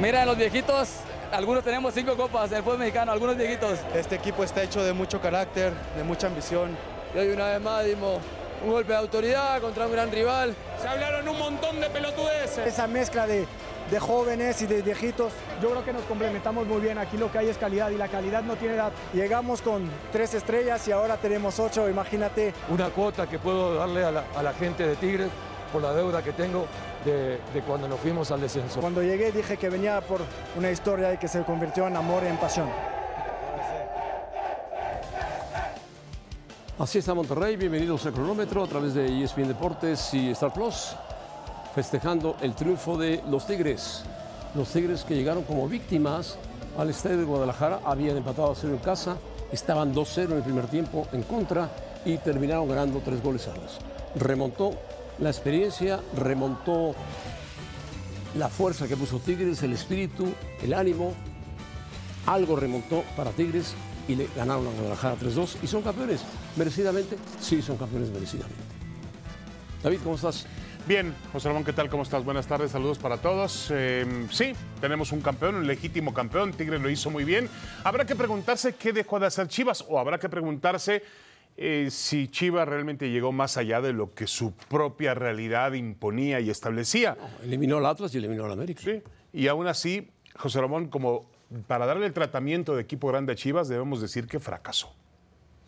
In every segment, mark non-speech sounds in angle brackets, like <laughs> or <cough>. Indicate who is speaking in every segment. Speaker 1: Mira, los viejitos, algunos tenemos cinco copas del fútbol mexicano, algunos viejitos.
Speaker 2: Este equipo está hecho de mucho carácter, de mucha ambición.
Speaker 3: Y hoy una vez más dimos un golpe de autoridad contra un gran rival.
Speaker 4: Se hablaron un montón de pelotudeces.
Speaker 5: Esa mezcla de, de jóvenes y de viejitos.
Speaker 6: Yo creo que nos complementamos muy bien. Aquí lo que hay es calidad y la calidad no tiene edad.
Speaker 5: Llegamos con tres estrellas y ahora tenemos ocho, imagínate.
Speaker 7: Una cuota que puedo darle a la, a la gente de Tigres por la deuda que tengo de, de, cuando nos fuimos al descenso.
Speaker 5: Cuando llegué dije que venía por una historia y que se convirtió en amor y en pasión.
Speaker 8: Así está Monterrey, bienvenidos a Cronómetro a través de E ESPN Deportes y Star Plus, festejando el triunfo de los Tigres. Los Tigres que llegaron como víctimas al estadio de Guadalajara, habían empatado a cero en casa, estaban 2-0 en el primer tiempo en contra y terminaron ganando tres goles a dos. Remontó la experiencia, remontó la fuerza que puso Tigres, el espíritu, el ánimo, algo remontó para Tigres y le ganaron a Guadalajara 3-2 y son campeones, merecidamente, sí son campeones merecidamente. David, ¿cómo estás?
Speaker 9: Bien, José Ramón, ¿qué tal? ¿Cómo estás? Buenas tardes, saludos para todos. Eh, sí, tenemos un campeón, un legítimo campeón, Tigres lo hizo muy bien. Habrá que preguntarse qué dejó de hacer Chivas o habrá que preguntarse eh, si Chivas realmente llegó más allá de lo que su propia realidad imponía y establecía.
Speaker 8: No, eliminó al Atlas y eliminó al América.
Speaker 9: Sí, y aún así, José Ramón, como para darle el tratamiento de equipo grande a Chivas, debemos decir que fracasó.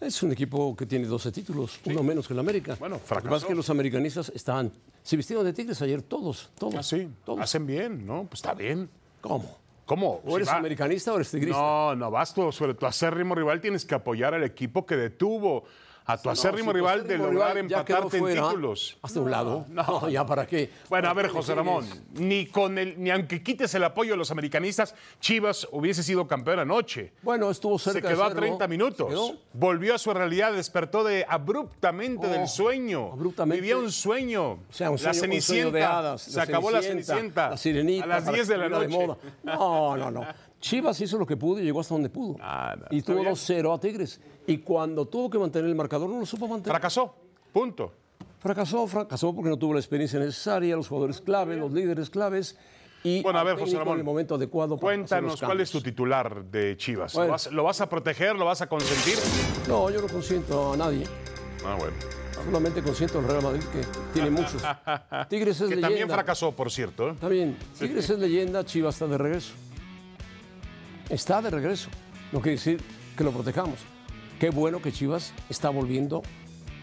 Speaker 8: Es un equipo que tiene 12 títulos, sí. uno menos que el América.
Speaker 9: Bueno, fracasó.
Speaker 8: Lo que pasa es que los americanistas estaban... Se vistieron de tigres ayer todos, todos.
Speaker 9: Ah, sí.
Speaker 8: Todos.
Speaker 9: Hacen bien, ¿no? Pues está bien.
Speaker 8: ¿Cómo?
Speaker 9: ¿Cómo?
Speaker 8: ¿O eres si americanista o eres tigrista?
Speaker 9: No, no, vas tú, sobre tu acérrimo rival tienes que apoyar al equipo que detuvo a tu no, acérrimo si rival de lograr empatarte en títulos.
Speaker 8: Hasta un lado. No, no, <laughs> ya para qué.
Speaker 9: Bueno,
Speaker 8: ¿Para
Speaker 9: a ver,
Speaker 8: qué
Speaker 9: José Ramón, ni con el, ni aunque quites el apoyo de los americanistas, Chivas hubiese sido campeón anoche.
Speaker 8: Bueno, estuvo cerca.
Speaker 9: Se quedó
Speaker 8: de
Speaker 9: a 30 minutos. Volvió a su realidad, despertó de abruptamente oh, del sueño.
Speaker 8: Abruptamente.
Speaker 9: Vivía un sueño. O
Speaker 8: sea, un sueño,
Speaker 9: la cenicienta.
Speaker 8: Un sueño de hadas,
Speaker 9: se acabó la cenicienta.
Speaker 8: La sirenita.
Speaker 9: A las 10 de la noche. De moda.
Speaker 8: No, no, no. Chivas hizo lo que pudo y llegó hasta donde pudo.
Speaker 9: Ah, no,
Speaker 8: y tuvo
Speaker 9: bien.
Speaker 8: 2-0 a Tigres. Y cuando tuvo que mantener el marcador, no lo supo mantener.
Speaker 9: Fracasó. Punto.
Speaker 8: Fracasó, fracasó porque no tuvo la experiencia necesaria, los jugadores clave, los líderes claves. Y
Speaker 9: bueno, a ver, José Ramón,
Speaker 8: en el momento adecuado para
Speaker 9: cuéntanos cuál es tu titular de Chivas. Bueno. ¿Lo, vas, ¿Lo, vas, a proteger? ¿Lo vas a consentir?
Speaker 8: No, yo no consiento a nadie.
Speaker 9: Ah, bueno.
Speaker 8: Solamente consiento al Real Madrid, que tiene
Speaker 9: <laughs>
Speaker 8: muchos. Tigres es
Speaker 9: que
Speaker 8: leyenda.
Speaker 9: También fracasó, por cierto. ¿eh?
Speaker 8: También. Tigres es leyenda, Chivas está de regreso está de regreso. No quiere decir que lo protejamos. Qué bueno que Chivas está volviendo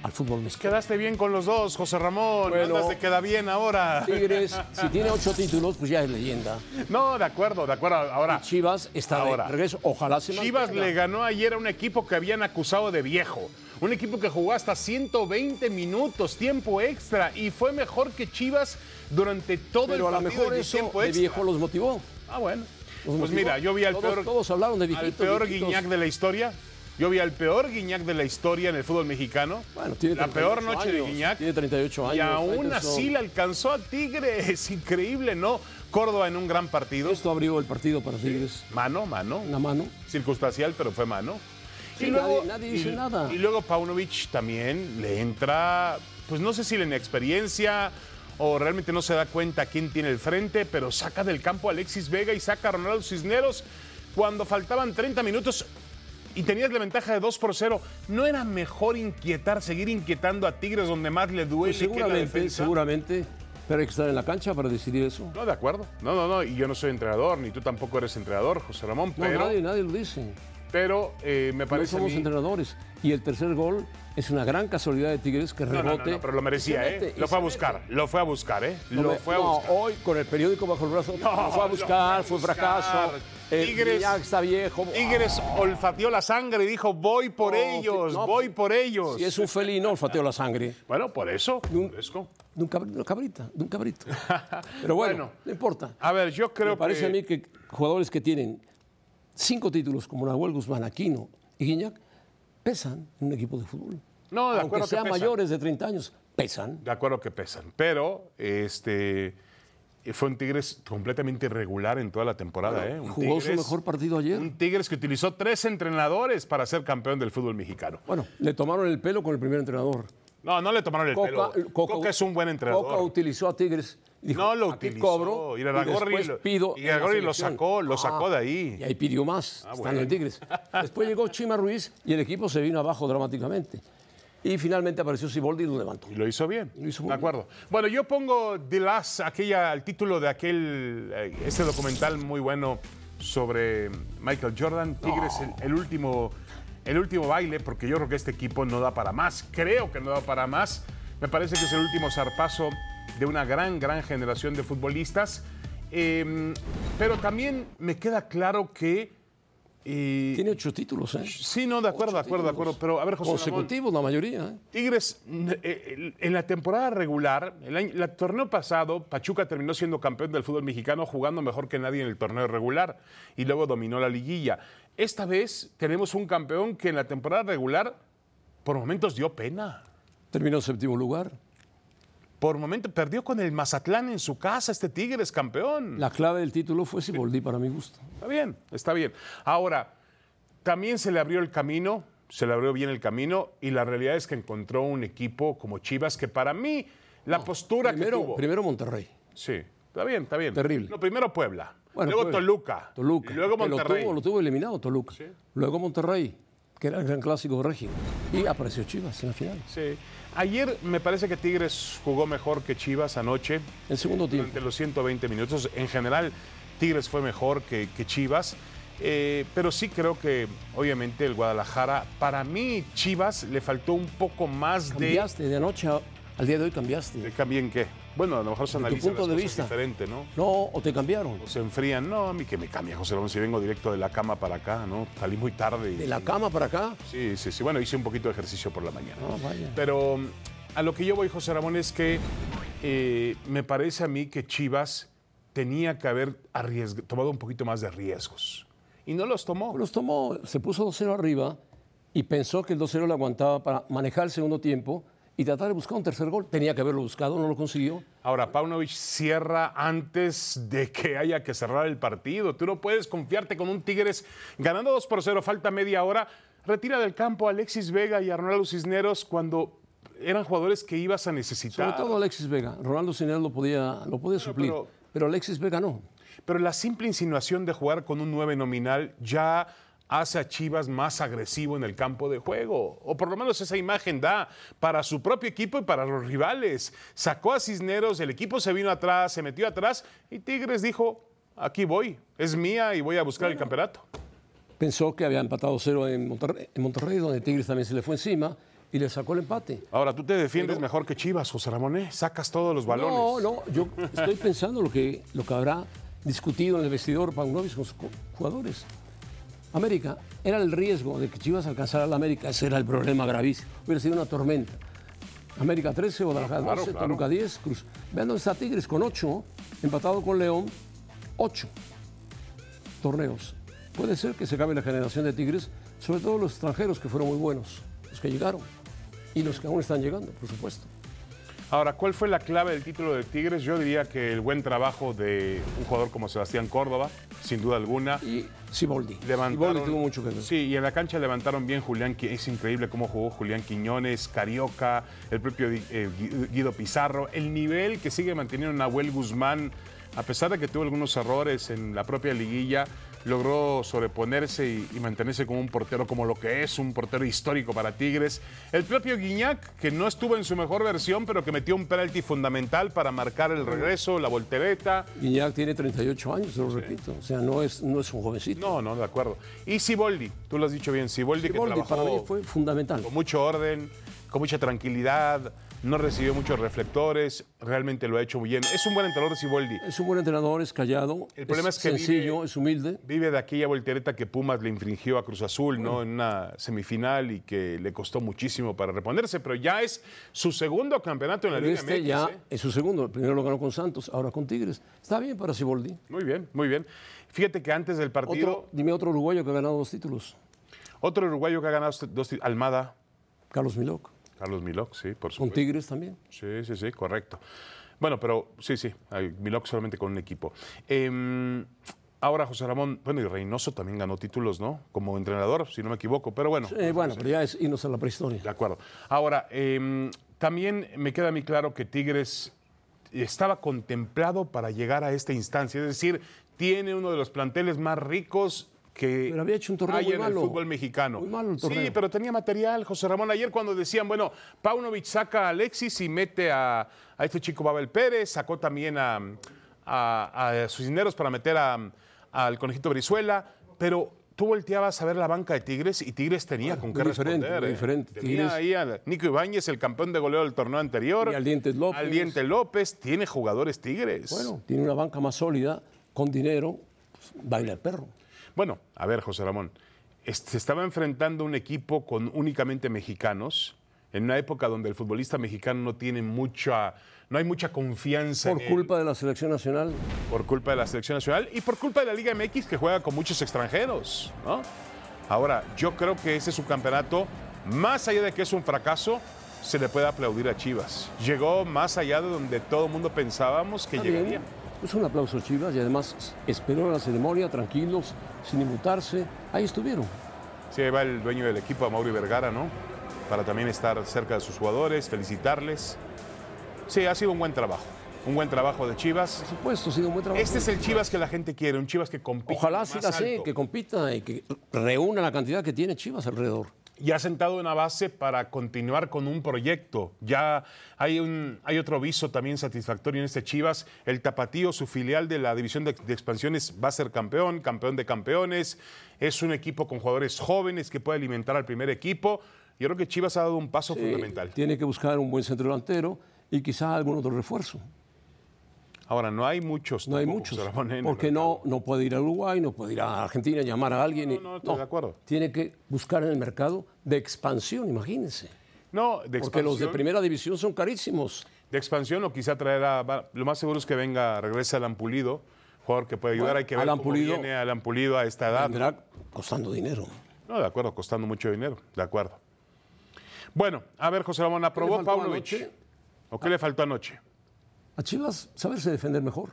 Speaker 8: al fútbol mexicano.
Speaker 9: Quedaste bien con los dos, José Ramón. Bueno, Andas de queda bien ahora.
Speaker 8: Tigres, si tiene ocho títulos, pues ya es leyenda.
Speaker 9: No, de acuerdo, de acuerdo. Ahora.
Speaker 8: Y Chivas está
Speaker 9: ahora.
Speaker 8: de regreso. Ojalá se
Speaker 9: Chivas
Speaker 8: mantenga.
Speaker 9: le ganó ayer a un equipo que habían acusado de viejo. Un equipo que jugó hasta 120 minutos, tiempo extra, y fue mejor que Chivas durante todo
Speaker 8: Pero
Speaker 9: el
Speaker 8: partido. Pero a lo mejor
Speaker 9: de
Speaker 8: eso
Speaker 9: tiempo
Speaker 8: de
Speaker 9: extra.
Speaker 8: viejo los motivó.
Speaker 9: Ah, bueno. Pues mira, yo vi al
Speaker 8: todos,
Speaker 9: peor,
Speaker 8: todos hablaron de viejitos,
Speaker 9: al peor
Speaker 8: viejitos.
Speaker 9: Guiñac de la historia. Yo vi al peor Guiñac de la historia en el fútbol mexicano.
Speaker 8: Bueno, tiene
Speaker 9: la peor
Speaker 8: 38
Speaker 9: noche de
Speaker 8: años,
Speaker 9: Guiñac.
Speaker 8: Tiene 38 años.
Speaker 9: Y aún
Speaker 8: Ahí
Speaker 9: así
Speaker 8: empezó.
Speaker 9: le alcanzó a Tigres. <laughs> Increíble, ¿no? Córdoba en un gran partido.
Speaker 8: Esto abrió el partido para Tigres.
Speaker 9: Mano, mano.
Speaker 8: Una mano.
Speaker 9: Circunstancial, pero fue mano.
Speaker 8: Sí,
Speaker 9: y luego,
Speaker 8: nadie- nadie dice
Speaker 9: y-
Speaker 8: nada.
Speaker 9: Y luego Paunovic también le entra, pues no sé si la inexperiencia o realmente no se da cuenta quién tiene el frente, pero saca del campo a Alexis Vega y saca a Ronaldo Cisneros cuando faltaban 30 minutos y tenías la ventaja de 2 por 0. ¿No era mejor inquietar, seguir inquietando a Tigres donde más le duele
Speaker 8: Pues
Speaker 9: que en la
Speaker 8: seguramente,
Speaker 9: defensa?
Speaker 8: seguramente. Pero hay que estar en la cancha para decidir eso.
Speaker 9: No, de acuerdo. No, no, no. Y yo no soy entrenador, ni tú tampoco eres entrenador, José Ramón.
Speaker 8: No,
Speaker 9: Pero,
Speaker 8: nadie, nadie lo dice.
Speaker 9: pero eh, me
Speaker 8: No
Speaker 9: parece a
Speaker 8: somos
Speaker 9: mí-
Speaker 8: entrenadores. Y el tercer gol es una gran casualidad de Tigres que
Speaker 9: No,
Speaker 8: rebote.
Speaker 9: no, no, no, pero lo
Speaker 8: y
Speaker 9: merecía,
Speaker 8: se
Speaker 9: ¿eh?
Speaker 8: mete, y
Speaker 9: Lo fue a
Speaker 8: se
Speaker 9: buscar, lo fue a buscar, ¿eh?
Speaker 8: No,
Speaker 9: Lo fue a
Speaker 8: no, oh.
Speaker 9: buscar.
Speaker 8: hoy con el periódico bajo el brazo
Speaker 9: No,
Speaker 8: lo fue a
Speaker 9: lo
Speaker 8: buscar,
Speaker 9: fue
Speaker 8: fue
Speaker 9: a
Speaker 8: fracaso.
Speaker 9: buscar.
Speaker 8: Eh,
Speaker 9: Tigres-
Speaker 8: ya está viejo.
Speaker 9: Tigres olfateó la sangre y dijo, voy por
Speaker 8: No,
Speaker 9: ellos,
Speaker 8: Oh, no, pues,
Speaker 9: voy por ellos.
Speaker 8: Si es un felino, olfateo la sangre.
Speaker 9: Bueno, por eso.
Speaker 8: un-
Speaker 9: fresco.
Speaker 8: De un cabri- de una cabrita, de un
Speaker 9: <laughs>
Speaker 8: cabrito. Pero bueno,
Speaker 9: Bueno.
Speaker 8: no importa.
Speaker 9: A ver, yo creo
Speaker 8: Me parece
Speaker 9: que-
Speaker 8: a mí que jugadores que tienen cinco títulos como Nahuel Guzmán, Aquino y Guiñac pesan en un equipo de fútbol.
Speaker 9: No, de acuerdo
Speaker 8: Aunque
Speaker 9: que
Speaker 8: sean
Speaker 9: pesan.
Speaker 8: mayores de 30 años, pesan.
Speaker 9: De acuerdo que pesan. Pero este fue un Tigres completamente irregular en toda la temporada. ¿eh? Un
Speaker 8: Jugó su
Speaker 9: Tigres-
Speaker 8: mejor partido ayer.
Speaker 9: Un Tigres que utilizó tres entrenadores para ser campeón del fútbol mexicano.
Speaker 8: Bueno, le tomaron el pelo con el primer entrenador.
Speaker 9: No, no le tomaron el pelo.
Speaker 8: Coca, Coca-
Speaker 9: Coca es un buen entrenador.
Speaker 8: Coca utilizó a Tigres Dijo,
Speaker 9: No lo
Speaker 8: "Aquí
Speaker 9: utilizó,
Speaker 8: cobro y
Speaker 9: Iraragorri
Speaker 8: después
Speaker 9: lo-
Speaker 8: pido en la
Speaker 9: Iraragorri lo
Speaker 8: selección". Ah,
Speaker 9: sacó, lo sacó de ahí. Ah,
Speaker 8: Y ahí pidió más, estando en
Speaker 9: <laughs>
Speaker 8: Tigres. Después llegó Chima Ruiz y el equipo se vino abajo dramáticamente. Y finalmente apareció Siboldi y lo levantó.
Speaker 9: Y lo hizo bien.
Speaker 8: Lo hizo muy
Speaker 9: de acuerdo. Bueno, yo pongo The Last, aquella, el título de aquel, eh, este documental muy bueno sobre Michael Jordan, Tigres,
Speaker 8: Oh.
Speaker 9: el, el último, el último baile, porque yo creo que este equipo no da para más. Creo que no da para más. Me parece que es el último zarpazo de una gran, gran generación de futbolistas. Eh, pero también me queda claro que. eh,
Speaker 8: Tiene ocho títulos, ¿eh?
Speaker 9: Sí, no, de acuerdo, de acuerdo, de acuerdo. Pero a ver, José. Ramón,
Speaker 8: Consecutivos, la mayoría. ¿eh?
Speaker 9: Tigres, n- eh, en la temporada regular, el, año- la- torneo pasado, Pachuca terminó siendo campeón del fútbol mexicano jugando mejor que nadie en el torneo regular y luego dominó la liguilla. Esta vez tenemos un campeón que en la temporada regular por momentos dio pena.
Speaker 8: Terminó en séptimo lugar.
Speaker 9: Por momentos perdió con el Mazatlán en su casa este Tigres campeón.
Speaker 8: La clave del título fue Siboldi, para mi gusto.
Speaker 9: Está bien, está bien. Ahora, también se le abrió el camino, se le abrió bien el camino y la realidad es que encontró un equipo como Chivas que para mí la postura que
Speaker 8: Primero,
Speaker 9: tuvo...
Speaker 8: primero Monterrey.
Speaker 9: Sí, está bien, está bien.
Speaker 8: Terrible.
Speaker 9: No, primero Puebla.
Speaker 8: Bueno,
Speaker 9: luego
Speaker 8: Puebla.
Speaker 9: Toluca.
Speaker 8: Toluca.
Speaker 9: y luego
Speaker 8: que Lo
Speaker 9: Monterrey.
Speaker 8: tuvo, lo tuvo eliminado Toluca. Luego Monterrey, que era el gran clásico regio. Y apareció Chivas en la final.
Speaker 9: Sí. Ayer me parece que Tigres jugó mejor que Chivas anoche.
Speaker 8: En segundo tiempo.
Speaker 9: Durante los 120 minutos. En general, Tigres fue mejor que, que Chivas. Eh, pero sí creo que, obviamente, el Guadalajara, para mí, Chivas le faltó un poco más de.
Speaker 8: Cambiaste de anoche a- al día de hoy cambiaste.
Speaker 9: ¿De cambio en qué? Bueno, a lo mejor se
Speaker 8: tu
Speaker 9: analiza
Speaker 8: punto
Speaker 9: las
Speaker 8: de
Speaker 9: cosas
Speaker 8: vista.
Speaker 9: diferente, ¿no?
Speaker 8: No, o te cambiaron.
Speaker 9: O se enfrían. No, a mí que me cambia, José Ramón, si vengo directo de la cama para acá, ¿no? Salí muy tarde. y-
Speaker 8: De la cama para acá.
Speaker 9: Sí, sí, sí. Bueno, hice un poquito de ejercicio por la mañana.
Speaker 8: No, Oh, vaya.
Speaker 9: Pero mm, a lo que yo voy, José Ramón, es que eh, me parece a mí que Chivas tenía que haber arriesg- tomado un poquito más de riesgos. Y no los tomó.
Speaker 8: Pues Los tomó, se puso 2-0 arriba y pensó que el 2-0 le aguantaba para manejar el segundo tiempo y tratar de buscar un tercer gol. Tenía que haberlo buscado, no lo consiguió.
Speaker 9: Ahora, Paunovic cierra antes de que haya que cerrar el partido. Tú no puedes confiarte con un Tigres ganando 2 por 0, falta media hora. Retira del campo a Alexis Vega y Arnaldo Cisneros cuando eran jugadores que ibas a necesitar.
Speaker 8: Sobre todo Alexis Vega. Ronaldo Cineros lo podía, lo podía suplir.
Speaker 9: pero-
Speaker 8: pero Alexis Vega no.
Speaker 9: Pero la simple insinuación de jugar con un 9 nominal ya hace a Chivas más agresivo en el campo de juego. O por lo menos esa imagen da para su propio equipo y para los rivales. Sacó a Cisneros, el equipo se vino atrás, se metió atrás y Tigres dijo, aquí voy, es mía y voy a buscar el campeonato.
Speaker 8: Pensó que había empatado cero en Monterrey, en Monterrey, donde Tigres también se le fue encima y le sacó el empate.
Speaker 9: Ahora, tú te defiendes mejor que Chivas, José Ramón, ¿eh? Sacas todos los balones.
Speaker 8: No, no, yo estoy pensando lo que, lo que habrá discutido en el vestidor Paunovic con sus co- jugadores. América, era el riesgo de que Chivas alcanzara a la América, ese era el problema gravísimo. Hubiera sido una tormenta. América 13, Guadalajara 12, Toluca 10, Cruz. Vean dónde está Tigres con 8, empatado con León, 8 torneos. Puede ser que se acabe la generación de Tigres, sobre todo los extranjeros que fueron muy buenos, los que llegaron y los que aún están llegando, por supuesto.
Speaker 9: Ahora, ¿cuál fue la clave del título de Tigres? Yo diría que el buen trabajo de un jugador como Sebastián Córdoba, sin duda alguna.
Speaker 8: Y Siboldi.
Speaker 9: levantaron.
Speaker 8: Siboldi tuvo mucho que ver.
Speaker 9: Sí, y en la cancha levantaron bien Julián. Qui- Es increíble cómo jugó Julián Quiñones, Carioca, el propio Di- eh, Gui- Guido Pizarro. El nivel que sigue manteniendo Nahuel Guzmán, a pesar de que tuvo algunos errores en la propia liguilla, logró sobreponerse y, y mantenerse como un portero, como lo que es un portero histórico para Tigres. El propio Guiñac, que no estuvo en su mejor versión, pero que metió un penalti fundamental para marcar el regreso, la voltereta.
Speaker 8: Guiñac tiene 38 años, te lo repito. O sea, no es, no es un jovencito.
Speaker 9: No, no, de acuerdo. Y Siboldi, tú lo has dicho bien, Siboldi,
Speaker 8: Siboldi
Speaker 9: que
Speaker 8: para mí
Speaker 9: trabajó
Speaker 8: fue fundamental.
Speaker 9: con mucho orden, con mucha tranquilidad, no recibió muchos reflectores, realmente lo ha hecho muy bien. Es un buen entrenador Siboldi.
Speaker 8: Es un buen entrenador, es callado,
Speaker 9: El problema es que
Speaker 8: sencillo,
Speaker 9: vive-
Speaker 8: es humilde.
Speaker 9: Vive de aquella voltereta que Pumas le infringió a Cruz Azul, ¿no? En una semifinal y que le costó muchísimo para reponerse, pero ya es su segundo campeonato en la
Speaker 8: Pero
Speaker 9: Liga
Speaker 8: este
Speaker 9: MX,
Speaker 8: ya
Speaker 9: ¿eh?
Speaker 8: es su segundo. El primero lo ganó con Santos, ahora con Tigres. Está bien para Siboldi.
Speaker 9: Muy bien, muy bien. Fíjate que antes del partido,
Speaker 8: Otro,
Speaker 9: otro,
Speaker 8: dime otro uruguayo que ha ganado dos títulos.
Speaker 9: uruguayo que ha ganado dos, ti- Almada,
Speaker 8: Carlos Miloc.
Speaker 9: Carlos Miloc, sí,
Speaker 8: Con
Speaker 9: por supuesto.
Speaker 8: Tigres también.
Speaker 9: Sí, sí, sí, correcto. Bueno, pero sí, sí, hay Miloc solamente con un equipo. Em, ahora José Ramón, bueno, y Reynoso también ganó títulos, ¿no? Como entrenador, si no me equivoco, pero bueno.
Speaker 8: Eh, bueno, pero ya es irnos a la prehistoria.
Speaker 9: De acuerdo. Ahora, em, también me queda a mí claro que Tigres estaba contemplado para llegar a esta instancia. Es decir, tiene uno de los planteles más ricos que
Speaker 8: Pero había hecho un torneo
Speaker 9: hay
Speaker 8: muy
Speaker 9: en
Speaker 8: malo.
Speaker 9: el fútbol mexicano.
Speaker 8: Muy malo el
Speaker 9: sí,
Speaker 8: torneo.
Speaker 9: pero tenía material, José Ramón. Ayer cuando decían, bueno, Paunovic saca a Alexis y mete a, a este chico Babel Pérez, sacó también a, a, a Cisneros para meter a- al Conejito Brizuela, pero tú volteabas a ver la banca de Tigres y Tigres tenía con qué
Speaker 8: Ah, muy diferente,
Speaker 9: responder.
Speaker 8: muy
Speaker 9: ¿eh?
Speaker 8: diferente.
Speaker 9: Tenía
Speaker 8: Tigres-
Speaker 9: ahí a Nico Ibáñez, el campeón de goleo del torneo anterior.
Speaker 8: Y al Dientes López.
Speaker 9: Al Diente López, tiene jugadores Tigres.
Speaker 8: Bueno, tiene una banca más sólida, con dinero, pues, baila el perro.
Speaker 9: Bueno, a ver, José Ramón, es- se estaba enfrentando un equipo con únicamente mexicanos, en una época donde el futbolista mexicano no tiene mucha, no hay mucha confianza
Speaker 8: Por
Speaker 9: en él,
Speaker 8: culpa de la selección nacional,
Speaker 9: por culpa de la selección nacional y por culpa de la Liga MX que juega con muchos extranjeros, ¿no? Ahora, yo creo que ese subcampeonato, más allá de que es un fracaso, se le puede aplaudir a Chivas. Llegó más allá de donde todo el mundo pensábamos que
Speaker 8: Está
Speaker 9: llegaría.
Speaker 8: bien. Pues un aplauso Chivas y además esperó la ceremonia tranquilos, sin inmutarse. Ahí estuvieron.
Speaker 9: Se lleva el dueño del equipo, a Mauri Vergara, ¿no? Para también estar cerca de sus jugadores, felicitarles. Sí, ha sido un buen trabajo. Un buen trabajo de Chivas.
Speaker 8: Por supuesto, ha sido un buen trabajo.
Speaker 9: Este es el Chivas que la gente quiere, un Chivas que compite.
Speaker 8: Ojalá
Speaker 9: más
Speaker 8: siga así,
Speaker 9: alto.
Speaker 8: que compita y que reúna la cantidad que tiene Chivas alrededor.
Speaker 9: Y ha sentado una base para continuar con un proyecto. Ya hay, un, hay otro aviso también satisfactorio en este Chivas. El Tapatío, su filial de la división de, de expansiones, va a ser campeón, campeón de campeones. Es un equipo con jugadores jóvenes que puede alimentar al primer equipo. Yo creo que Chivas ha dado un paso fundamental.
Speaker 8: Eh, Tiene que buscar un buen centro delantero y quizá algún otro refuerzo.
Speaker 9: Ahora, no hay muchos.
Speaker 8: No hay
Speaker 9: tampoco,
Speaker 8: muchos.
Speaker 9: José Ramón, en el
Speaker 8: Porque no, no puede ir a Uruguay, no puede ir a Argentina, llamar a alguien. y-
Speaker 9: No, no, estoy de acuerdo.
Speaker 8: Tiene que buscar en el mercado de expansión, imagínense.
Speaker 9: No, de
Speaker 8: Porque
Speaker 9: expansión,
Speaker 8: los de primera división son carísimos.
Speaker 9: de expansión o quizá traer a... va- Lo más seguro es que venga, regrese Alan Pulido, jugador que puede ayudar.
Speaker 8: Bueno,
Speaker 9: hay que ver
Speaker 8: Alan
Speaker 9: cómo
Speaker 8: Pulido-
Speaker 9: viene Alan Pulido a esta edad.
Speaker 8: Vendrá costando dinero.
Speaker 9: No, de acuerdo, costando mucho dinero, de acuerdo. Bueno, a ver, José Ramón, ¿aprobó
Speaker 8: faltó
Speaker 9: Pavlovich?
Speaker 8: anoche?
Speaker 9: ¿O qué le faltó anoche?
Speaker 8: A Chivas saberse defender mejor.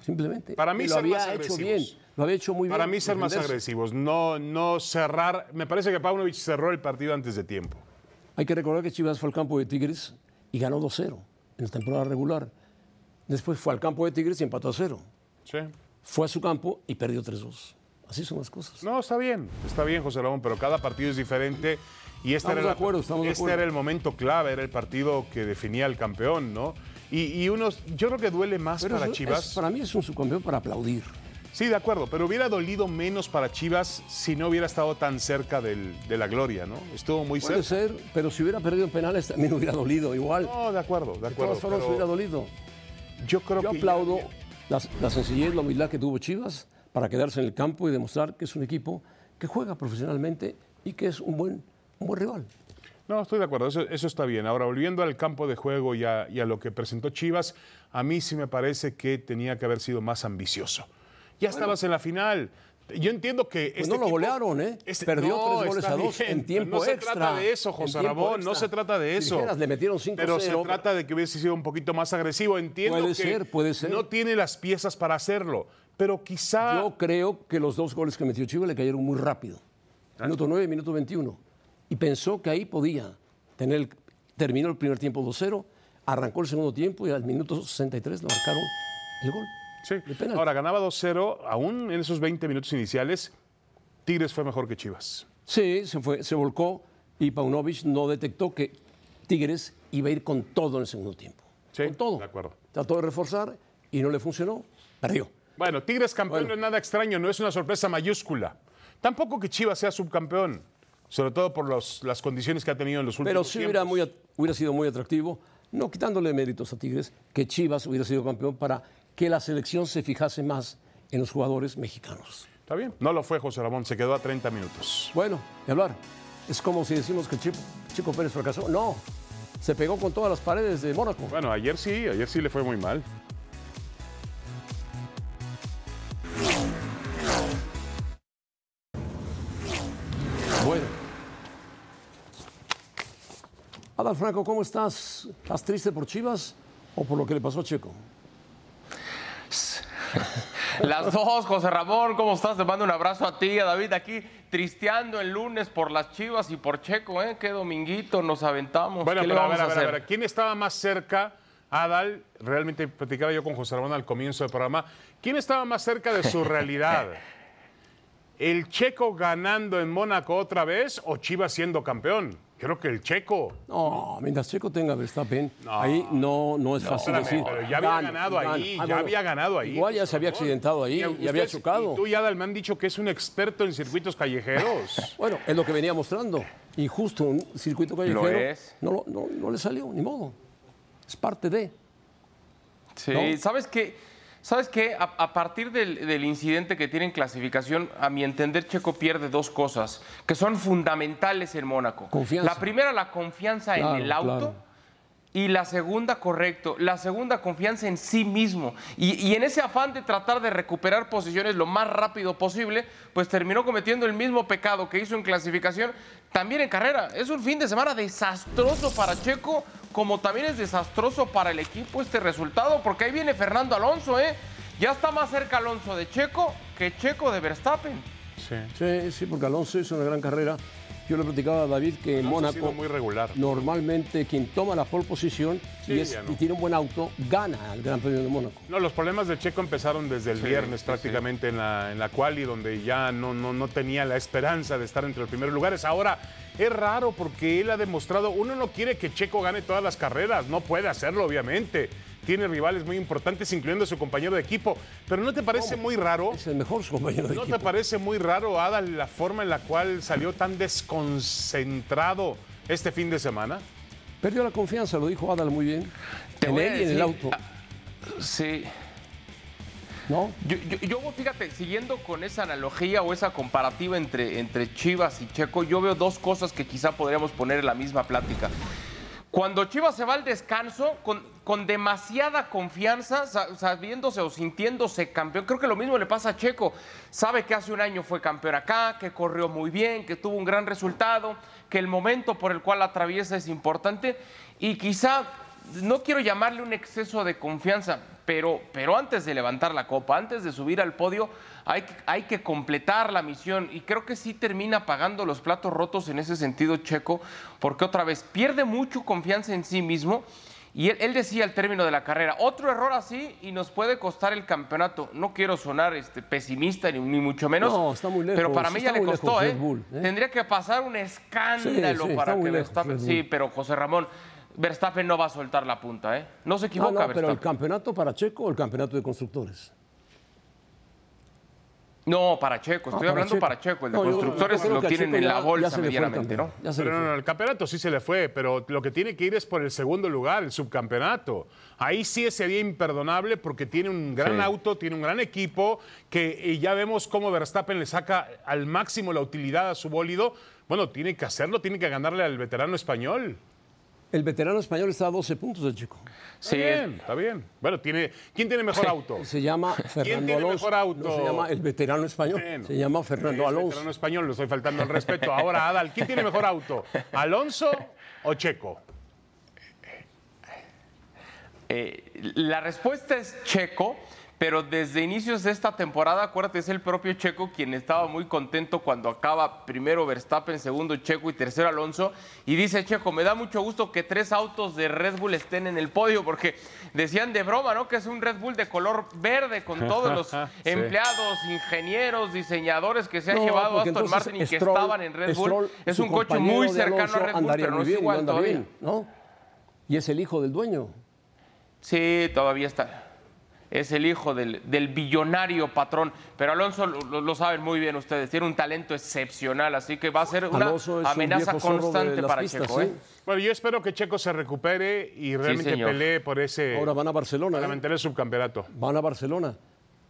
Speaker 8: Simplemente.
Speaker 9: Para mí
Speaker 8: Y lo
Speaker 9: ser
Speaker 8: había
Speaker 9: más
Speaker 8: hecho bien.
Speaker 9: agresivos.
Speaker 8: Lo había hecho muy bien.
Speaker 9: Para mí ser más
Speaker 8: defenderse.
Speaker 9: agresivos, no, no cerrar... Me parece que Pavlovich cerró el partido antes de tiempo.
Speaker 8: Hay que recordar que Chivas fue al campo de Tigres y ganó 2-0 en la temporada regular. Después fue al campo de Tigres y empató a 0.
Speaker 9: Sí.
Speaker 8: Fue a su campo y perdió 3-2. Así son las cosas.
Speaker 9: No, está bien, está bien, José Ramón, pero cada partido es diferente y este,
Speaker 8: Estamos
Speaker 9: era,
Speaker 8: de
Speaker 9: la-
Speaker 8: acuerdo, estamos de
Speaker 9: este
Speaker 8: acuerdo.
Speaker 9: era el momento clave, era el partido que definía al campeón, ¿no? Y, y unos, yo creo que duele más para
Speaker 8: es-
Speaker 9: Chivas.
Speaker 8: es- para mí es un subcampeón para aplaudir.
Speaker 9: Sí, de acuerdo, pero hubiera dolido menos para Chivas si no hubiera estado tan cerca del- de la gloria, ¿no? Estuvo muy
Speaker 8: Puede
Speaker 9: cerca.
Speaker 8: ser, pero si hubiera perdido en penales también <laughs> hubiera dolido igual.
Speaker 9: No, de acuerdo, de
Speaker 8: de todas
Speaker 9: acuerdo.
Speaker 8: formas
Speaker 9: pero
Speaker 8: hubiera dolido.
Speaker 9: yo creo
Speaker 8: Yo
Speaker 9: que
Speaker 8: aplaudo la, la sencillez, la humildad que tuvo Chivas para quedarse en el campo y demostrar que es un equipo que juega profesionalmente y que es un buen, un buen rival.
Speaker 9: No, estoy de acuerdo, eso, eso está bien. Ahora, volviendo al campo de juego y a, y a lo que presentó Chivas, a mí sí me parece que tenía que haber sido más ambicioso. Ya estabas en la final. Yo entiendo que... este
Speaker 8: Pues no lo golearon, ¿eh? Perdió tres goles
Speaker 9: está
Speaker 8: a dos en tiempo
Speaker 9: No se
Speaker 8: extra.
Speaker 9: trata de eso,
Speaker 8: En
Speaker 9: José
Speaker 8: tiempo
Speaker 9: Ramón, no
Speaker 8: extra.
Speaker 9: se trata de
Speaker 8: Si
Speaker 9: eso.
Speaker 8: dijeras, le metieron 5-0,
Speaker 9: Pero se
Speaker 8: pero-
Speaker 9: trata de que hubiese sido un poquito más agresivo. Entiendo
Speaker 8: Puede
Speaker 9: que
Speaker 8: ser, puede ser.
Speaker 9: no tiene las piezas para hacerlo, pero quizá...
Speaker 8: Yo creo que los dos goles que metió Chivas le cayeron muy rápido. Minuto 9, minuto 21. Y pensó que ahí podía tener. el- terminó el primer tiempo 2-0, arrancó el segundo tiempo y al minuto 63 le marcaron el gol.
Speaker 9: Sí.
Speaker 8: De penalti.
Speaker 9: Ahora, ganaba 2-0, aún en esos 20 minutos iniciales, Tigres fue mejor que Chivas.
Speaker 8: Sí, se, fue, se volcó y Paunovic no detectó que Tigres iba a ir con todo en el segundo tiempo.
Speaker 9: Sí,
Speaker 8: con todo.
Speaker 9: de acuerdo.
Speaker 8: Trató de reforzar y no le funcionó. Perdió.
Speaker 9: Bueno, Tigres campeón
Speaker 8: Bueno.
Speaker 9: no es nada extraño, no es una sorpresa mayúscula. Tampoco que Chivas sea subcampeón, sobre todo por los- las condiciones que ha tenido en los últimos
Speaker 8: Pero sí hubiera,
Speaker 9: tiempos.
Speaker 8: muy at- hubiera sido muy atractivo, no quitándole méritos a Tigres, que Chivas hubiera sido campeón para que la selección se fijase más en los jugadores mexicanos.
Speaker 9: Está bien. No lo fue José Ramón, se quedó a 30 minutos.
Speaker 8: Bueno, y hablar. Es como si decimos que Chico, Chico Pérez fracasó. No, se pegó con todas las paredes de Mónaco.
Speaker 9: Bueno, ayer sí, ayer sí le fue muy mal.
Speaker 8: Bueno. Adal Franco, ¿cómo estás? ¿Estás triste por Chivas o por lo que le pasó a Chico?
Speaker 4: Las dos, José Ramón, ¿cómo estás? Te mando un abrazo a ti, a David, aquí tristeando el lunes por las chivas y por Checo, ¿eh? Qué dominguito nos aventamos.
Speaker 9: Bueno,
Speaker 4: ¿Qué le
Speaker 9: pero a
Speaker 4: vamos
Speaker 9: ver, a
Speaker 4: a
Speaker 9: ver, a
Speaker 4: hacer?
Speaker 9: ver, ¿quién estaba más cerca Adal, realmente platicaba yo con José Ramón al comienzo del programa, ¿quién estaba más cerca de su realidad? ¿El Checo ganando en Mónaco otra vez o Chivas siendo campeón? Creo que el Checo.
Speaker 8: No, mientras Checo tenga Verstappen, ahí no, no es fácil
Speaker 9: espérame,
Speaker 8: decir.
Speaker 9: pero ya había
Speaker 8: "Gana,
Speaker 9: ganado
Speaker 8: gana".
Speaker 9: ahí, ya
Speaker 8: bueno,
Speaker 9: había ganado ahí,
Speaker 8: Igual ya se había accidentado ahí,
Speaker 9: Y
Speaker 8: ya había
Speaker 9: ustedes-
Speaker 8: chocado.
Speaker 9: Y tú y Adal me han dicho que es un experto en circuitos callejeros.
Speaker 8: Bueno, es lo que venía mostrando. Y justo un circuito callejero
Speaker 4: es.
Speaker 8: No, lo- no, no le salió, ni modo. Es parte de.
Speaker 4: Sí,
Speaker 8: ¿No?
Speaker 4: ¿sabes qué? ¿Sabes qué? A, a partir del, del incidente que tiene en clasificación, a mi entender, Checo pierde dos cosas que son fundamentales en Mónaco.
Speaker 8: Confianza.
Speaker 4: La primera, la confianza
Speaker 8: Claro,
Speaker 4: en el auto.
Speaker 8: claro.
Speaker 4: Y la segunda, correcto, la segunda confianza en sí mismo. Y, y en ese afán de tratar de recuperar posiciones lo más rápido posible, pues terminó cometiendo el mismo pecado que hizo en clasificación, también en carrera. Es un fin de semana desastroso para Checo, como también es desastroso para el equipo este resultado, porque ahí viene Fernando Alonso, ¿eh? Ya está más cerca Alonso de Checo que Checo de Verstappen.
Speaker 9: Sí.
Speaker 8: <laughs> Sí, sí, porque Alonso hizo una gran carrera. Yo le platicaba a David que en
Speaker 9: Alonso ha sido
Speaker 8: Mónaco
Speaker 9: muy regular.
Speaker 8: normalmente quien toma la pole posición
Speaker 9: Sí,
Speaker 8: y, es-
Speaker 9: ya no.
Speaker 8: y tiene un buen auto gana el Gran Premio de Mónaco.
Speaker 9: No, los problemas de Checo empezaron desde el
Speaker 4: Sí,
Speaker 9: viernes
Speaker 4: sí,
Speaker 9: prácticamente en la, en la quali, donde ya no, no, no tenía la esperanza de estar entre los primeros lugares. Ahora, es raro porque él ha demostrado, uno no quiere que Checo gane todas las carreras, no puede hacerlo obviamente. Tiene rivales muy importantes, incluyendo a su compañero de equipo. Pero ¿no te parece muy raro?
Speaker 8: Es el mejor compañero de
Speaker 9: ¿No
Speaker 8: equipo.
Speaker 9: te parece muy raro, Adal, la forma en la cual salió tan desconcentrado este fin de semana?
Speaker 8: Perdió la confianza, lo dijo Adal muy bien.
Speaker 4: Te
Speaker 8: en
Speaker 4: voy a
Speaker 8: él y en el
Speaker 4: decir-
Speaker 8: auto,
Speaker 4: Sí.
Speaker 8: ¿no?
Speaker 4: Yo, yo- yo, fíjate, siguiendo con esa analogía o esa comparativa entre, entre Chivas y Checo, yo veo dos cosas que quizá podríamos poner en la misma plática. Cuando Chivas se va al descanso con, con demasiada confianza, sa- sabiéndose o sintiéndose campeón, creo que lo mismo le pasa a Checo. Sabe que hace un año fue campeón acá, que corrió muy bien, que tuvo un gran resultado, que el momento por el cual atraviesa es importante y quizá, no quiero llamarle un exceso de confianza, pero, pero antes de levantar la copa, antes de subir al podio, hay, que- hay que completar la misión. Y creo que sí termina pagando los platos rotos en ese sentido Checo, porque otra vez pierde mucho confianza en sí mismo. Y él, él decía al término de la carrera, otro error así y nos puede costar el campeonato. No quiero sonar este, pesimista ni, ni mucho menos.
Speaker 8: No, está muy lejos,
Speaker 4: Pero para mí
Speaker 8: está
Speaker 4: ya le
Speaker 8: muy
Speaker 4: costó,
Speaker 8: lejos
Speaker 4: ¿eh?
Speaker 8: Red Bull, ¿eh?
Speaker 4: Tendría que pasar un escándalo
Speaker 8: Sí, sí, está
Speaker 4: para que
Speaker 8: muy lejos
Speaker 4: Verstappen...
Speaker 8: Red
Speaker 4: Sí,
Speaker 8: Bull.
Speaker 4: pero José Ramón, Verstappen no va a soltar la punta, ¿eh? No se equivoca
Speaker 8: "Ah, No, no, pero el
Speaker 4: Verstappen.
Speaker 8: campeonato para Checo o el campeonato de constructores.
Speaker 4: No, para Checo, estoy hablando para Checo. El de
Speaker 8: No, yo- yo
Speaker 4: constructores
Speaker 8: creo
Speaker 4: lo
Speaker 8: que a
Speaker 4: tienen
Speaker 8: Checo
Speaker 4: en
Speaker 8: ya-
Speaker 4: la
Speaker 8: ya se
Speaker 4: bolsa
Speaker 8: le fue el
Speaker 4: medianamente, ¿no?
Speaker 8: campeón, ya se le
Speaker 9: Pero
Speaker 8: fue.
Speaker 9: no, no, el campeonato sí se le fue, pero lo que tiene que ir es por el segundo lugar, el subcampeonato. Ahí sí sería imperdonable porque tiene un gran
Speaker 4: Sí.
Speaker 9: auto, tiene un gran equipo, que y ya vemos cómo Verstappen le saca al máximo la utilidad a su bólido. Bueno, tiene que hacerlo, tiene que ganarle al veterano español.
Speaker 8: El veterano español está a 12 puntos de Checo.
Speaker 9: está
Speaker 4: Sí, es-
Speaker 9: bien, está bien. Bueno, tiene, ¿quién tiene mejor auto?
Speaker 8: Se llama Fernando
Speaker 9: tiene
Speaker 8: Alonso.
Speaker 9: mejor auto?
Speaker 8: No se llama el veterano español,
Speaker 9: Bueno,
Speaker 8: se llama Fernando
Speaker 9: es
Speaker 8: Alonso.
Speaker 9: veterano español, le estoy faltando el respeto. Ahora, Adal, ¿quién tiene mejor auto? ¿Alonso o Checo?
Speaker 4: eh, la respuesta es Checo, pero desde inicios de esta temporada, acuérdate, es el propio Checo quien estaba muy contento cuando acaba primero Verstappen, segundo Checo y tercero Alonso. Y dice Checo, me da mucho gusto que tres autos de Red Bull estén en el podio, porque decían de broma, ¿no? Que es un Red Bull de color verde con todos
Speaker 8: <laughs>
Speaker 4: los empleados, ingenieros, diseñadores que se han
Speaker 8: No,
Speaker 4: llevado
Speaker 8: porque
Speaker 4: Aston
Speaker 8: entonces
Speaker 4: Martin y que
Speaker 8: Stroll-
Speaker 4: estaban en Red Bull.
Speaker 8: Stroll,
Speaker 4: es
Speaker 8: su
Speaker 4: un coche
Speaker 8: compañero
Speaker 4: muy
Speaker 8: de
Speaker 4: cercano
Speaker 8: Alonso,
Speaker 4: a Red Bull,
Speaker 8: andaría
Speaker 4: pero no
Speaker 8: muy
Speaker 4: es
Speaker 8: bien,
Speaker 4: igual
Speaker 8: anda
Speaker 4: todavía.
Speaker 8: bien, ¿no? Y es el hijo del dueño.
Speaker 4: Sí, todavía está. Es el hijo del, del billonario patrón. Pero Alonso lo, lo- lo saben muy bien ustedes. Tiene un talento excepcional, así que va a ser una
Speaker 8: Alonso es un
Speaker 4: amenaza
Speaker 8: viejo zorro de
Speaker 4: constante
Speaker 8: las
Speaker 4: para
Speaker 8: pistas,
Speaker 4: Checo.
Speaker 8: ¿sí?
Speaker 4: ¿eh?
Speaker 9: Bueno, yo espero que Checo se recupere y realmente
Speaker 4: señor.
Speaker 9: pelee por ese
Speaker 8: Ahora van a Barcelona.
Speaker 9: para
Speaker 8: ¿eh?
Speaker 9: mantener el subcampeonato.
Speaker 8: Van a Barcelona.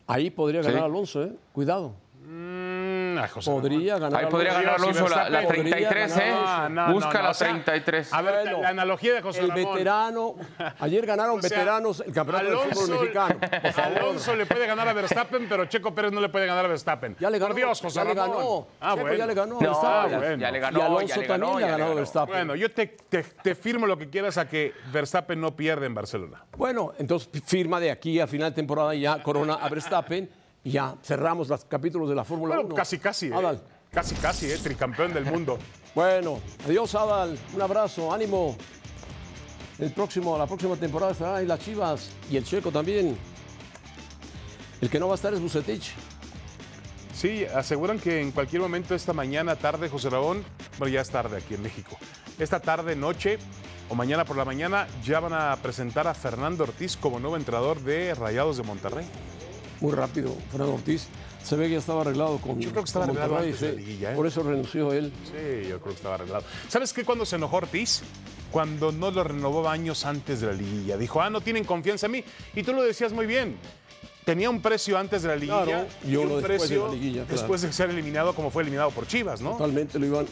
Speaker 8: Ahí podría ganar
Speaker 4: Sí.
Speaker 8: Alonso, ¿eh? Cuidado.
Speaker 9: Mm, ah, José
Speaker 8: Podría ganar
Speaker 4: Ahí podría
Speaker 9: Ramón.
Speaker 4: ganar Alonso la, la
Speaker 9: Verstappen.
Speaker 4: 33, ¿eh?
Speaker 9: No, no, no,
Speaker 4: Busca
Speaker 9: no,
Speaker 4: la
Speaker 9: o sea,
Speaker 4: 33.
Speaker 9: A ver,
Speaker 8: Bueno,
Speaker 9: la analogía de José
Speaker 8: el
Speaker 9: Ramón.
Speaker 8: veterano. Ayer ganaron
Speaker 4: <laughs>
Speaker 9: O sea,
Speaker 8: veteranos el campeonato del fútbol mexicano. Por
Speaker 9: <laughs>
Speaker 8: favor.
Speaker 9: Alonso le puede ganar a Verstappen, pero Checo Pérez no le puede ganar a Verstappen.
Speaker 8: Ya le ganó.
Speaker 9: Por Dios, José
Speaker 8: ya le
Speaker 9: Ramón.
Speaker 8: ganó.
Speaker 9: Ah,
Speaker 8: Checo
Speaker 9: bueno.
Speaker 8: ya le ganó. a
Speaker 4: No,
Speaker 8: Verstappen.
Speaker 4: ya,
Speaker 9: bueno.
Speaker 4: ya le ganó.
Speaker 8: y Alonso
Speaker 4: ya le ganó,
Speaker 8: también le
Speaker 4: ya
Speaker 8: ha ganado
Speaker 4: le
Speaker 8: a
Speaker 4: ganó.
Speaker 8: Verstappen.
Speaker 9: Bueno, yo te, te- te firmo lo que quieras a que Verstappen no pierde en Barcelona.
Speaker 8: Bueno, entonces firma de aquí a final de temporada ya Corona a Verstappen y ya cerramos los capítulos de la Fórmula Ah,
Speaker 9: Bueno,
Speaker 8: 1.
Speaker 9: casi, casi. ¿eh?
Speaker 8: Adal.
Speaker 9: Casi, casi, ¿eh? tricampeón del mundo.
Speaker 8: Bueno, adiós Adal, un abrazo, ánimo. El próximo, la próxima temporada estarán ahí las Chivas y el Checo también. El que no va a estar es Bucetich.
Speaker 9: Sí, aseguran que en cualquier momento esta mañana, tarde, José Rabón, bueno, ya es tarde aquí en México, esta tarde, noche o mañana por la mañana ya van a presentar a Fernando Ortiz como nuevo entrenador de Rayados de Monterrey.
Speaker 8: Muy rápido, Fernando Ortiz. Se ve que ya estaba arreglado con.
Speaker 9: Yo creo que estaba
Speaker 8: con
Speaker 9: arreglado
Speaker 8: Monterrey,
Speaker 9: antes de la
Speaker 8: sí.
Speaker 9: liguilla, ¿eh?
Speaker 8: Por eso renunció él.
Speaker 9: Sí, yo creo que estaba arreglado. ¿Sabes qué? Cuando se enojó Ortiz, cuando no lo renovó años antes de la liguilla, dijo, ah, no tienen confianza en mí. Y tú lo decías muy bien. Tenía un precio antes de la liguilla
Speaker 8: Claro,
Speaker 9: y
Speaker 8: yo
Speaker 9: un
Speaker 8: lo después de
Speaker 9: precio
Speaker 8: la liguilla, claro.
Speaker 9: después de ser eliminado como fue eliminado por Chivas, ¿no?
Speaker 8: Totalmente lo iban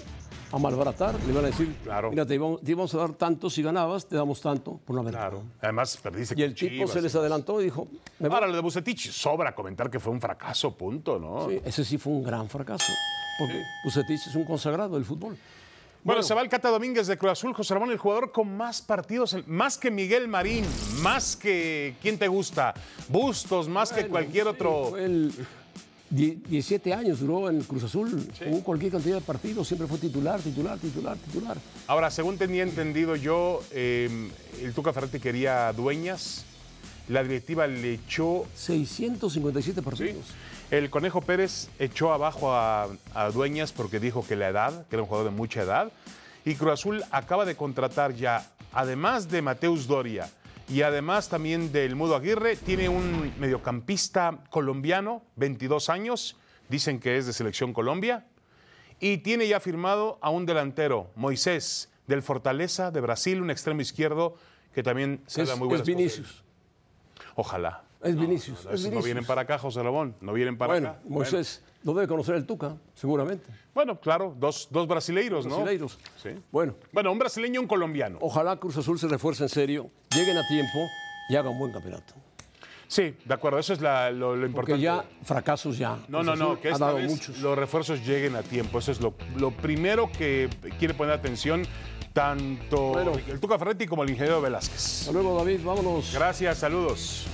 Speaker 8: a malbaratar. Le iban a decir:
Speaker 9: Claro.
Speaker 8: Mira, te íbamos, te íbamos a dar tanto si ganabas, te damos tanto por una ventaja.
Speaker 9: Claro. Además, perdiste
Speaker 8: Y el
Speaker 9: con
Speaker 8: tipo
Speaker 9: Chivas.
Speaker 8: se les adelantó y dijo: "Me voy".
Speaker 9: Ahora, lo de Bucetich, sobra comentar que fue un fracaso, punto, ¿no?
Speaker 8: Sí, Ese sí fue un gran fracaso. Porque Bucetich es un consagrado del fútbol.
Speaker 9: Bueno, se va el Cata Domínguez de Cruz Azul, José Ramón, el jugador con más partidos, en- más que Miguel Marín, más que quién te gusta, Bustos, más que cualquier otro.
Speaker 8: Fue el die- 17 años duró en Cruz Azul. Jugó cualquier cantidad de partidos, siempre fue titular, titular, titular, titular.
Speaker 9: Ahora, según tenía entendido yo, eh, el Tuca Ferretti quería a dueñas, la directiva le echó,
Speaker 8: 657
Speaker 9: ¿sí?
Speaker 8: partidos.
Speaker 9: el Conejo Pérez echó abajo a, a dueñas porque dijo que la edad, que era un jugador de mucha edad, y Cruz Azul acaba de contratar ya, además de Mateus Doria y además también del Mudo Aguirre, tiene un mediocampista colombiano, 22 años, dicen que es de Selección Colombia, y tiene ya firmado a un delantero, Moisés, del Fortaleza de Brasil, un extremo izquierdo que también se
Speaker 8: Es,
Speaker 9: da muy
Speaker 8: es
Speaker 9: buenas cosas.
Speaker 8: Vinicius.
Speaker 9: Ojalá.
Speaker 8: Es Vinicius.
Speaker 9: No,
Speaker 8: es
Speaker 9: esos no
Speaker 8: Vinicius.
Speaker 9: vienen para acá, José Ramón. No vienen para
Speaker 8: bueno,
Speaker 9: acá.
Speaker 8: Moisés lo debe conocer el Tuca, seguramente.
Speaker 9: Bueno, bueno, claro, dos, dos brasileiros, ¿no?
Speaker 8: Brasileiros.
Speaker 9: Sí.
Speaker 8: Bueno,
Speaker 9: Bueno, un brasileño y un colombiano.
Speaker 8: ojalá Cruz Azul se refuerce en serio, lleguen a tiempo y hagan buen campeonato.
Speaker 9: Sí, de acuerdo, eso es la- lo, lo importante.
Speaker 8: Porque ya fracasos ya.
Speaker 9: No,
Speaker 8: Cruz
Speaker 9: no, no,
Speaker 8: Azul
Speaker 9: que
Speaker 8: ha
Speaker 9: esta
Speaker 8: dado
Speaker 9: vez
Speaker 8: muchos.
Speaker 9: los refuerzos lleguen a tiempo. Eso es lo, lo primero que quiere poner atención tanto
Speaker 8: Bueno.
Speaker 9: el Tuca Ferretti como el ingeniero Velázquez.
Speaker 8: Hasta luego, David, vámonos.
Speaker 9: Gracias, saludos.